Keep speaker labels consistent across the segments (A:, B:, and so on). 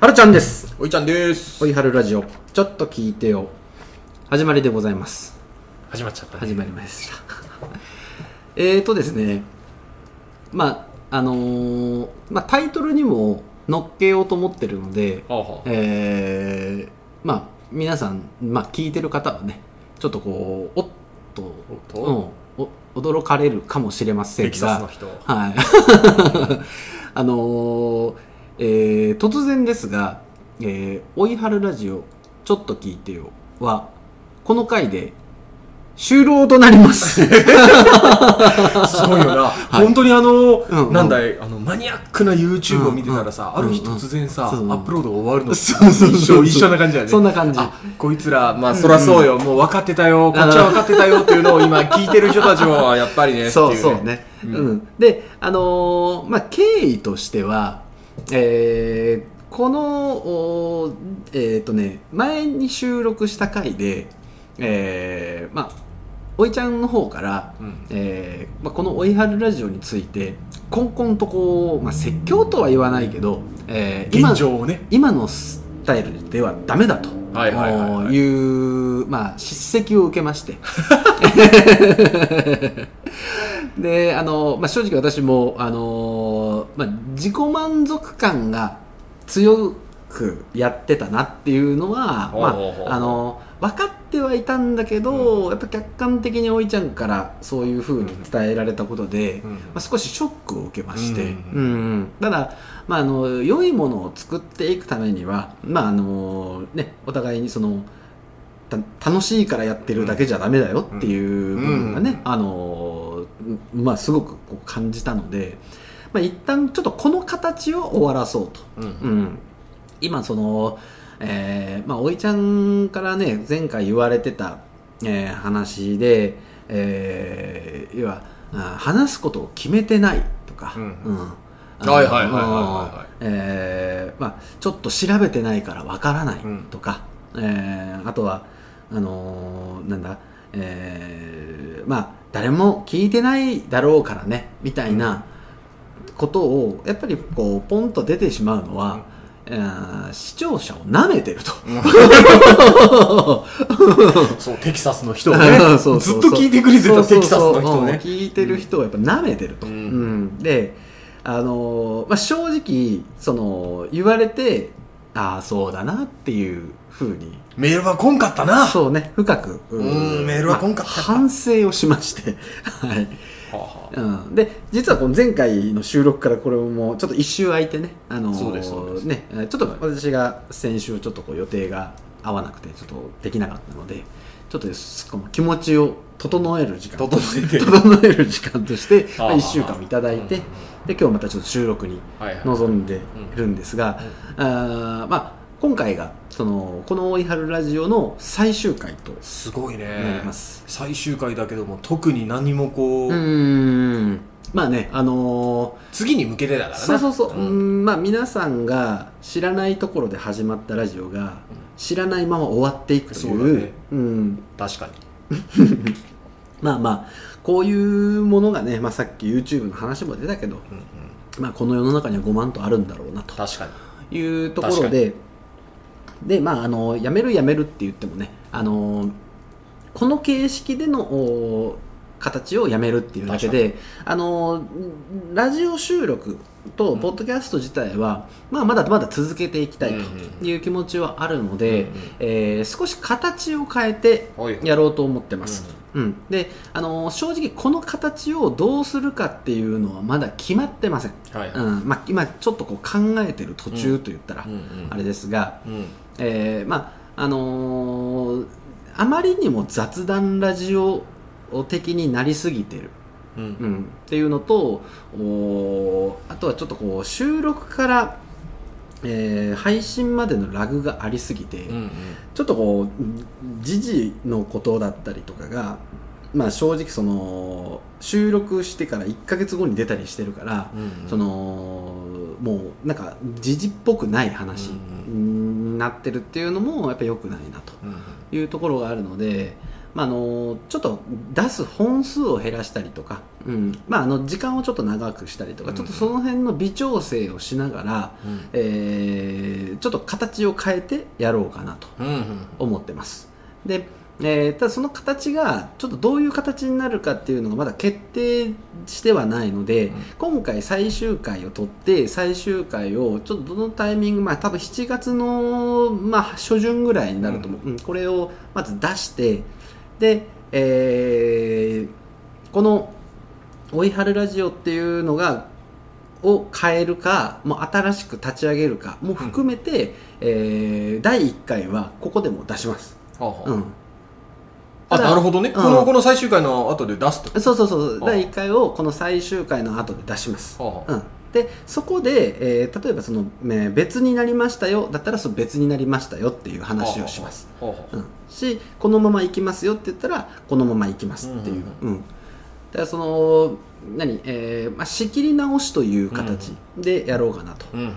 A: はるちゃんです。
B: おいちゃんです
A: おいはるラジオ、ちょっと聞いてよ。始まりでございます。
B: 始まっちゃったね
A: 始まりました。 えーとですね、まあ、あのーまあ、タイトルにも乗っけようと思ってるので、
B: はあはあ
A: えーまあ、皆さん、まあ、聞いてる方はね、ちょっとこう、おっと、
B: おっと
A: うん、お驚かれるかもしれません
B: テキサスの
A: が、
B: 人
A: はい。 あのーえー突然ですが、えー、おいはるラジオ、ちょっと聞いてよは、この回で終了となり ます。
B: すごいよな、
A: い
B: 本当にあの、
A: うん
B: なんだいあのマニアックな YouTube を見てたらさ、
A: うんうん
B: ある日突然さ、
A: うんうん
B: アップロード終わるの
A: そうそう
B: 一
A: そう
B: 緒一緒な感じだよね
A: そんな感じ。
B: あこいつらまあそらそうよ、もう分かってたよこっちは分かってたよっていうのを今聞いてる人たちもやっぱりね
A: そう
B: ってい
A: そうね、う
B: うんん
A: であのーまあ経緯としてはえーこのおーえっ、とね前に収録した回でえーまあおいちゃんの方から、
B: うん
A: えーまあ、この「おいはるラジオ」についてこんこんとこう、まあ、説教とは言わないけど、えー今
B: 現状をね
A: 今のスタイルではダメだと
B: はいはいはいはい
A: いう、まあ、叱責を受けまして であの、まあ、正直私もあの、まあ、自己満足感が強くやってたなっていうのは、
B: ほうほうほう
A: まあ、あの分かってはいたんだけど、やっぱ客観的においちゃんからそういうふうに伝えられたことで、
B: うん
A: まあ、少しショックを受けまして、
B: うん
A: うんうんただ、まあ、あの良いものを作っていくためには、まああのね、お互いにそのた楽しいからやってるだけじゃダメだよっていう部分がね、
B: うんうん
A: あのまあ、すごくこう感じたので、まあ、一旦ちょっとこの形を終わらそうと。
B: うん
A: うん、今その、えーまあ、おいちゃんからね前回言われてた、えー話で、えー要はあ話すことを決めてないとか、
B: うん
A: あの
B: はいはいはいはいはいはい
A: えーまあ、ちょっと調べてないからわからない
B: うん
A: とか、えーあとはあのーなんだ、えーまあ誰も聞いてないだろうからねみたいなことをやっぱりこうポンと出てしまうのは、えー視聴者を舐めてると。
B: そうテキサスの人を
A: そう
B: ね
A: そうそう
B: ずっと聞いてくれて
A: そう
B: た
A: そ
B: テ
A: う
B: キサス
A: そう
B: の人を
A: うん
B: ね
A: 聞いてる人はやっぱ舐めてると、
B: うん
A: うんであのーまあ、正直その言われてああそうだなっていうふうに
B: メールは来んかったな
A: そうね深く
B: うんメールは今回
A: まあ反省をしまして はい、
B: はあはあ
A: うん、で実はこの前回の収録からこれもちょっと一周空いてねあのー
B: そうですそうです
A: ねえーちょっと私が先週ちょっとこう予定が合わなくてちょっとできなかったのでちょっとですこの気持ちを整える時間
B: 整えてる
A: 整える時間と して、まあ、
B: ああ
A: 1週間をいただいて
B: うん
A: で今日またちょっと収録に
B: はいはい
A: 臨んでるんですが、あーまあ、今回がそのこの「追いはるラジオ」の最終回と
B: すごい
A: な
B: ね
A: ります。
B: 最終回だけども特に何もこ
A: う
B: う、
A: ーんまあねあのー
B: 次に向けてだからな
A: そうそうそう、うん
B: ん
A: まあ、皆さんが知らないところで始まったラジオが
B: うん
A: 知らないまま終わっていくとい
B: そう
A: う
B: だね
A: うん、
B: 確かに
A: まあまあこういうものがね、まあ、さっき YouTube の話も出たけど、
B: うんうん
A: まあ、この世の中には5万とあるんだろうなと
B: 確かに
A: いうところでで、まあ、あのやめるやめるって言ってもねあのこの形式でのお形をやめるっていうだけであのラジオ収録と
B: うん
A: ポッドキャスト自体は、まあ、まだまだ続けていきたい
B: うん
A: という気持ちはあるので、
B: うんうん
A: えー少し形を変えて
B: おい
A: やろうと思ってます。
B: うん
A: うん、であの正直この形をどうするかっていうのはまだ決まってません。
B: はいはい
A: うんまあ、今ちょっとこう考えてる途中と言ったら
B: うんうん
A: あれですが、
B: うん
A: えーまああのーあまりにも雑談ラジオ的になりすぎてる、
B: う
A: うんん、っていうのとおーあとはちょっとこう収録から、えー配信までのラグがありすぎて、
B: うんうん
A: ちょっとこう時事のことだったりとかが、まあ、正直その収録してから1ヶ月後に出たりしてるから、
B: うんうん
A: そのもうなんか時事っぽくない話
B: う
A: になってるっていうのもやっぱ良くないなと
B: うんうん
A: いうところがあるので、まあ、あのちょっと出す本数を減らしたりとか、
B: うん
A: まあ、あの時間をちょっと長くしたりとか、
B: うん
A: ちょっとその辺の微調整をしながら、
B: うん
A: えーちょっと形を変えてやろうかなと
B: うん
A: 思ってますで、えーただその形がちょっとどういう形になるかっていうのがまだ決定してはないので、
B: うん
A: 今回最終回を取って最終回をちょっとどのタイミングまあ多分7月の、まあ、初旬ぐらいになると思う、うんこれをまず出してで、えーこの「追い春ラジオ」っていうのがを変えるかもう新しく立ち上げるかも含めて、えー第1回はここでも出します、
B: ほうほう
A: うん、
B: あ
A: ただ
B: なるほどね、
A: ん
B: このこの最終回の後で出すと
A: そうそうそう
B: あ
A: 第1回をこの最終回の後で出します、
B: ほう
A: うん、でそこで、えー例えばその、ね別になりましたよだったらその別になりましたよっていう話をします
B: ほうほう
A: うん、しこのまま行きますよって言ったらこのまま行きますっていう、
B: う
A: うんだからその何、えーまあ、仕切り直しという形でやろうかなと
B: うんうん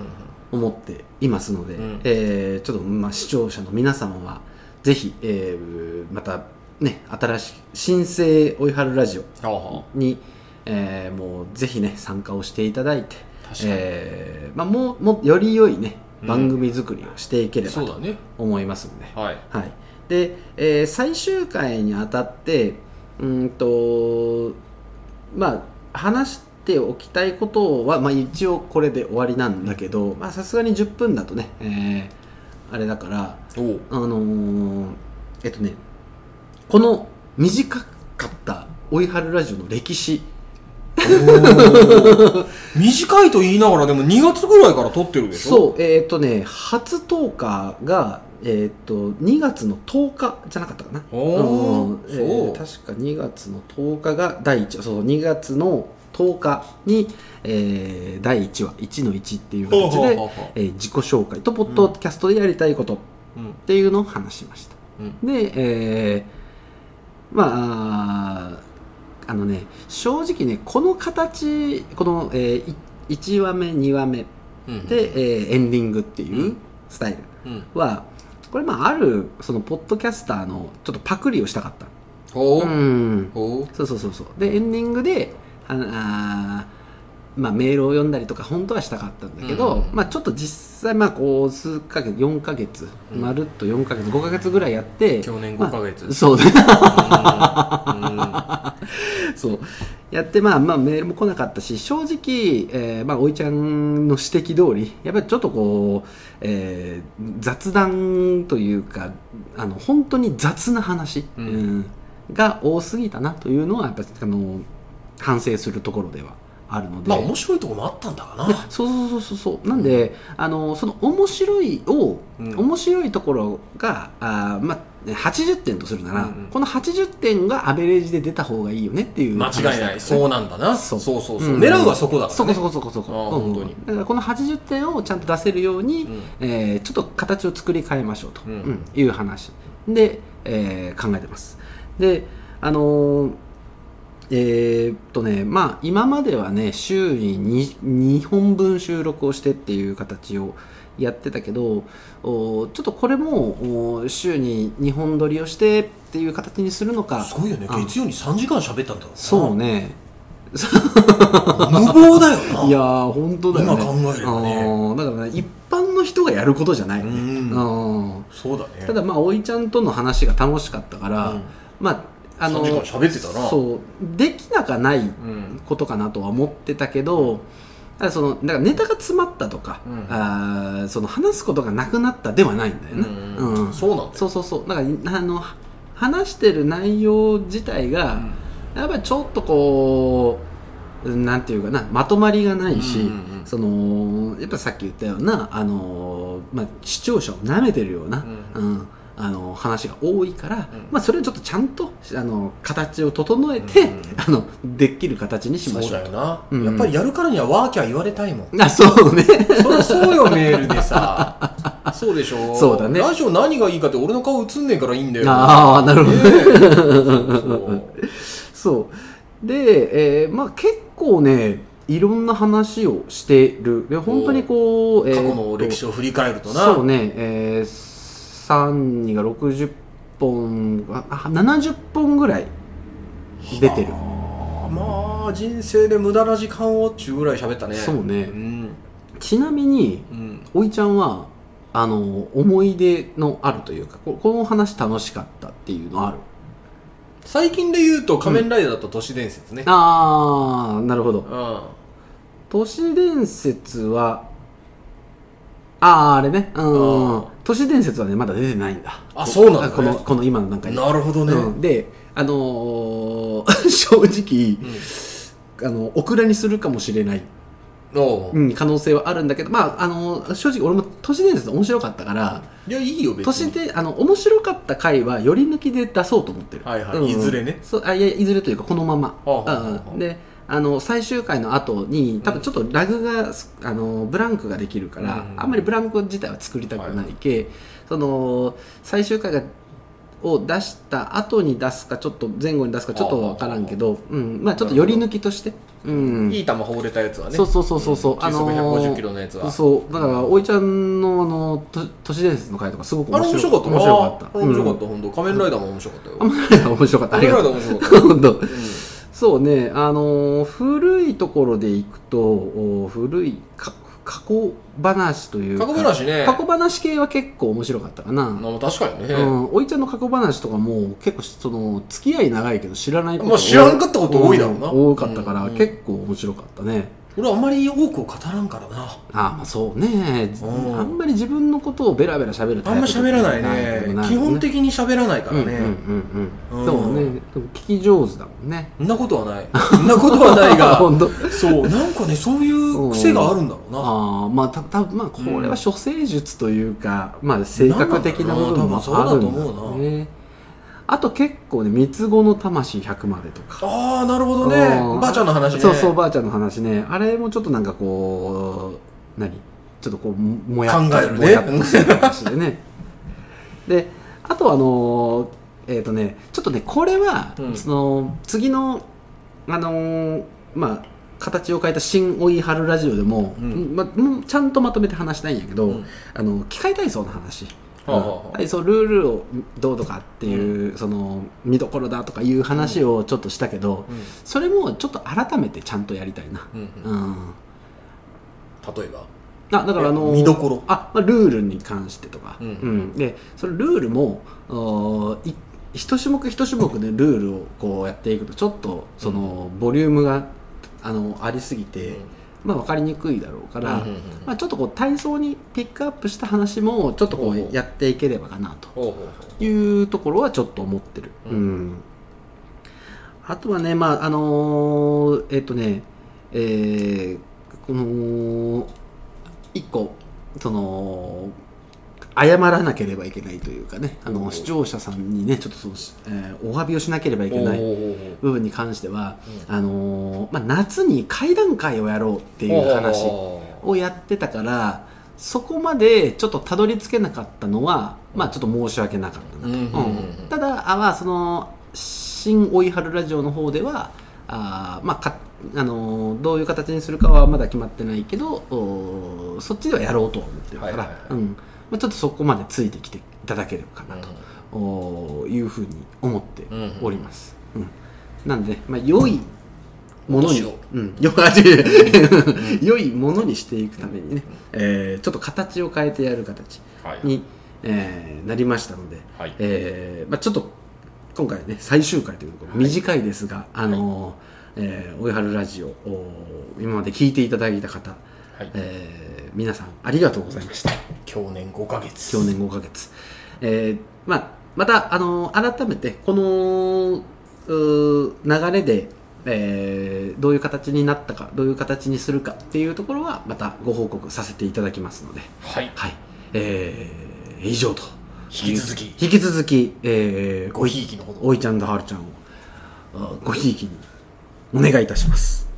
A: 思っていますので、
B: うん
A: えーちょっと、まあ、視聴者の皆様はぜひ、えーまたね新しい「新生おいはるラジオ
B: ほうほ
A: に」えーもうぜひね参加をしていただいて、
B: う確かに、
A: えーまあ、もうもより良いね
B: うん
A: 番組作りをしていければ
B: そう
A: と
B: だね
A: 思いますので、
B: はい
A: はい、で、えー最終回にあたってうーんとまあ話しておきたいことは、まあ、一応これで終わりなんだけどまあさすがに10分だとね、えーあれだから
B: おう
A: あのーえっとねこの短かった「追いはるラジオ」の歴史
B: おー 短いと言いながらでも2月ぐらいから撮ってるでしょ
A: そうえーっとね初10日がえーっと2月の10日じゃなかったかな
B: おー
A: うんえ
B: そう
A: ー確か2月の10日が第1話そう2月の10日に、えー第1話1の1っていう
B: ほう
A: 形
B: ほう
A: で、
B: ほうほ
A: えー自己紹介とポッドキャストでやりたいことっ
B: ううん
A: ていうのを話しました、
B: うん
A: で、えーまああのね正直ねこの形この、え1話目2話目
B: うん
A: で、えーエンディングって
B: う
A: いうんスタイル
B: うん
A: はこれまああるそのポッドキャスターのちょっとパクリをしたかった
B: ほう
A: うん
B: ほう
A: そうそうそうそうでエンディングでああーまあ、メールを読んだりとか本当はしたかったんだけど、
B: うん
A: まあ、ちょっと実際まあこう数ヶ月4ヶ月、
B: うん
A: まるっと4ヶ月5ヶ月ぐらいやって
B: 去年5ヶ月、
A: そうね
B: うん
A: そうやってまあまあメールも来なかったし正直、えーまあおいちゃんの指摘通りやっぱりちょっとこう、えー雑談というかあの本当に雑な話、
B: うん
A: うんが多すぎたなというのはやっぱあの反省するところではあるので。
B: まあ面白いとこもあったんだかな
A: そうそうそうそうそうなんで、あのその面白いを、
B: うん
A: 面白いところがあー、まあ、80点とするなら、
B: うんうん
A: この80点がアベレージで出た方がいいよねっていう
B: 間違いないそうなんだな
A: そ
B: そううそうそう
A: うん
B: 狙うはそこだから、ね、
A: そこそこそこそこ
B: あー本当に
A: うんだからこの80点をちゃんと出せるように、
B: うん
A: えーちょっと形を作り変えましょうと、
B: うん
A: うんいう話で、えー考えてますであのーえーっとねまあ今まではね週に 2, 2本分収録をしてっていう形をやってたけどおーちょっとこれもおー週に2本撮りをしてっていう形にするのか
B: すごいよね
A: うん
B: 月曜に3時間喋ったんだろ
A: そう
B: ね
A: ね
B: 無謀だよない
A: やー本当だよね
B: 今考えればね
A: あーだからね一般の人がやることじゃない、
B: う
A: ね
B: ん
A: うん
B: そうだね
A: ただまあおいちゃんとの話が楽しかったから、
B: うん
A: まああの
B: 3時間喋ってたな
A: そうできなかない
B: うん
A: ことかなとは思ってたけどただそのなんかネタが詰まったとか、
B: うん
A: あーその話すことがなくなったではないんだよね、
B: うん
A: うん
B: そうなんだよ
A: そうそうそうなんかあの話してる内容自体が、
B: うん
A: やっぱりちょっとこううんなんていうかなまとまりがないし、
B: うんうんうん
A: そのやっぱさっき言ったようなあの、まあ、視聴者を舐めてるような、う
B: うん
A: あの話が多いから、
B: うん
A: まあ、それをちょっとちゃんとあの形を整えて、
B: うんうんうん
A: あのできる形にしま
B: そ
A: し
B: う
A: ょ
B: だ
A: う
B: よな、
A: うん
B: やっぱりやるからにはワーキャー言われたいもん
A: あそうね
B: そりゃそうよメールでさそうでしょ
A: そうだね
B: ラジオ何がいいかって俺の顔映んねえからいいんだよ
A: ああなるほど、
B: ねえそう
A: そうで、えーまあ、結構ねいろんな話をしてるで本当にこう、え
B: 過
A: ー
B: 去の歴史を振り返るとな
A: そうね、えー、32が60本ああ70本ぐらい出てる
B: あーまあ人生で無駄な時間をっちゅうぐらい喋ったね
A: そう
B: う
A: ね
B: ん
A: ちなみに
B: うん
A: おいちゃんはあの思い出のあるというかここの話楽しかったっていうのある
B: 最近で言うと仮面ライダーと都市伝説ね、
A: ああなるほど
B: うん
A: 都市伝説はあああれねう
B: あ
A: ん
B: ー
A: 都市伝説はねまだ出てないんだ
B: あそうなんだね
A: このこの今の段階で
B: なるほどね、
A: うんであのー 正直あのオクラにするかもしれない、
B: おう
A: うん、可能性はあるんだけどまああの正直俺も都市伝説面白かったから
B: いやいいよ別
A: 都市
B: に
A: であの面白かった回はより抜きで出そうと思ってる、
B: はいはい
A: うん
B: いずれね
A: そうあいやいずれというかこのまま、
B: はあはあはあ
A: うんであの最終回の後に多分ちょっとラグがすあのブランクができるから、
B: うん
A: あんまりブランク自体は作りたくないけ、その最終回がを出した後に出すかちょっと前後に出すかちょっと分からんけど、うんまあ、ちょっとより抜きとして、うん、
B: いい球放れたやつはね
A: そうそうそうそうそう、
B: ん球速150キ
A: ロ
B: ロのやつは
A: そうだからおいちゃんのあのと都市伝説の回とかすごく
B: あれ
A: 面
B: 面白
A: 白
B: かった
A: 面白かった
B: あれ面白かった、本当仮面ライダーも面白かったよ
A: あん まり面白かった。あ
B: 仮
A: り
B: 面
A: が
B: ラ
A: と
B: イダ
A: う。
B: ー面白かったよ、
A: 本当
B: うん
A: そうね、あのー古いところで行くと、お古いか過去話という
B: 過
A: か、
B: 去話ね
A: 過去話系は結構面白かったかな。
B: まあ確かにね、
A: うん、おいちゃんの過去話とかも結構その付き合い長いけど知らないこと
B: まあ知らんかったこと多いだろうな
A: うん多かったから、
B: うんうん
A: 結構面白かったね
B: 俺あんまり多くを語らんからな
A: ああまあそうね
B: うん
A: あんまり自分のことをベラベラ喋る
B: あんま喋らない
A: タイプで
B: ね
A: も
B: 基
A: もん
B: 本的に喋らないからね、
A: うんうんうんうん
B: うん
A: そうねでも聞き上手だもんね
B: そんなこと はない。そんなことはないが、
A: 本当
B: そう、なんかね、そういう癖があるんだろうな。
A: ああまあた多分まあこれは処世術というか、まあ性格的な部分も
B: なんだ
A: あ
B: ろ
A: るん
B: うな多分そうだと思うな
A: だろうねあと結構ね三つ子の魂100までとか、
B: ああ、なるほどね
A: うん。
B: ばあちゃんの話ね。
A: そうそうばあちゃんの話ねあれもちょっとなんかこう何ちょっとこうももやっと
B: 考えるね
A: もやっとした話でねであとあのーえっ、とねちょっとねこれは、
B: うん
A: その次のあのーまあ形を変えた新追い春ラジオでも、
B: うん
A: ま、もうちゃんとまとめて話したいんやけど、
B: うん
A: あの機械体操の話、
B: はあはあはあ
A: 体操ルールをどうとかっていう、その見どころだとかいう話をちょっとしたけど、
B: うん。
A: それもちょっと改めてちゃんとやりたいな、
B: うん
A: う
B: うん
A: ん、
B: 例えば。
A: あだからあの
B: え見どころ
A: あ、まあ、ルールに関してとか、
B: うん
A: でそのルールもおーい一種目一種目でルールをこうやっていくとちょっとその、ボリュームがあのありすぎて、まあ、分かりにくいだろうから、
B: うんうんうん
A: まあ、ちょっとこう体操にピックアップした話もちょっとこ
B: ほうほ
A: う
B: う
A: やっていければかなと
B: ほうほうほう
A: いうところはちょっと思ってる。
B: うん
A: うんあとはね、まああのーえっとね、えーこの一個その謝らなければいけないというかね、あ
B: お
A: の
B: う
A: 視聴者さんにね、ちょっとその、えーお詫びをしなければいけ
B: ほう
A: な
B: ほう
A: い
B: ほうほう
A: 部分に関しては、あのーまあ、夏に会談会をやろうっていう話。をやってたからそこまでちょっとたどり着けなかったのはまあちょっと申し訳なかったな
B: うんうん
A: と、
B: うんうん
A: うんただあまあその新追い春ラジオの方ではあーまあかあのーどういう形にするかはまだ決まってないけどおーそっちではやろうとは思ってるから、
B: はいはいはい
A: うんまあ、ちょっとそこまでついてきていただければかなと、おーいうふうに思っております、うんなんで、まあ、良いものに
B: お年を、
A: うん、 よあ違う良いものにしていくためにね、えーちょっと形を変えてやる形
B: はいはい
A: に、えーなりましたので、
B: はい
A: えーまあ、ちょっと今回ね最終回ということで短いですが、あのーえー、おいはるラジオおー今まで聞いていただいた方、
B: はい
A: えー皆さんありがとうございました
B: 去年5ヶ月。
A: 去年5ヶ月、えーまあ、また、あのー改めてこのうー流れで、えーどういう形になったかどういう形にするかっていうところはまたご報告させていただきますので、
B: はい。
A: はいえー以上と
B: 引き続き
A: 引き続き、えー
B: ごひいきのほど
A: おいちゃんとはるちゃんをあごひいきにお願いいたします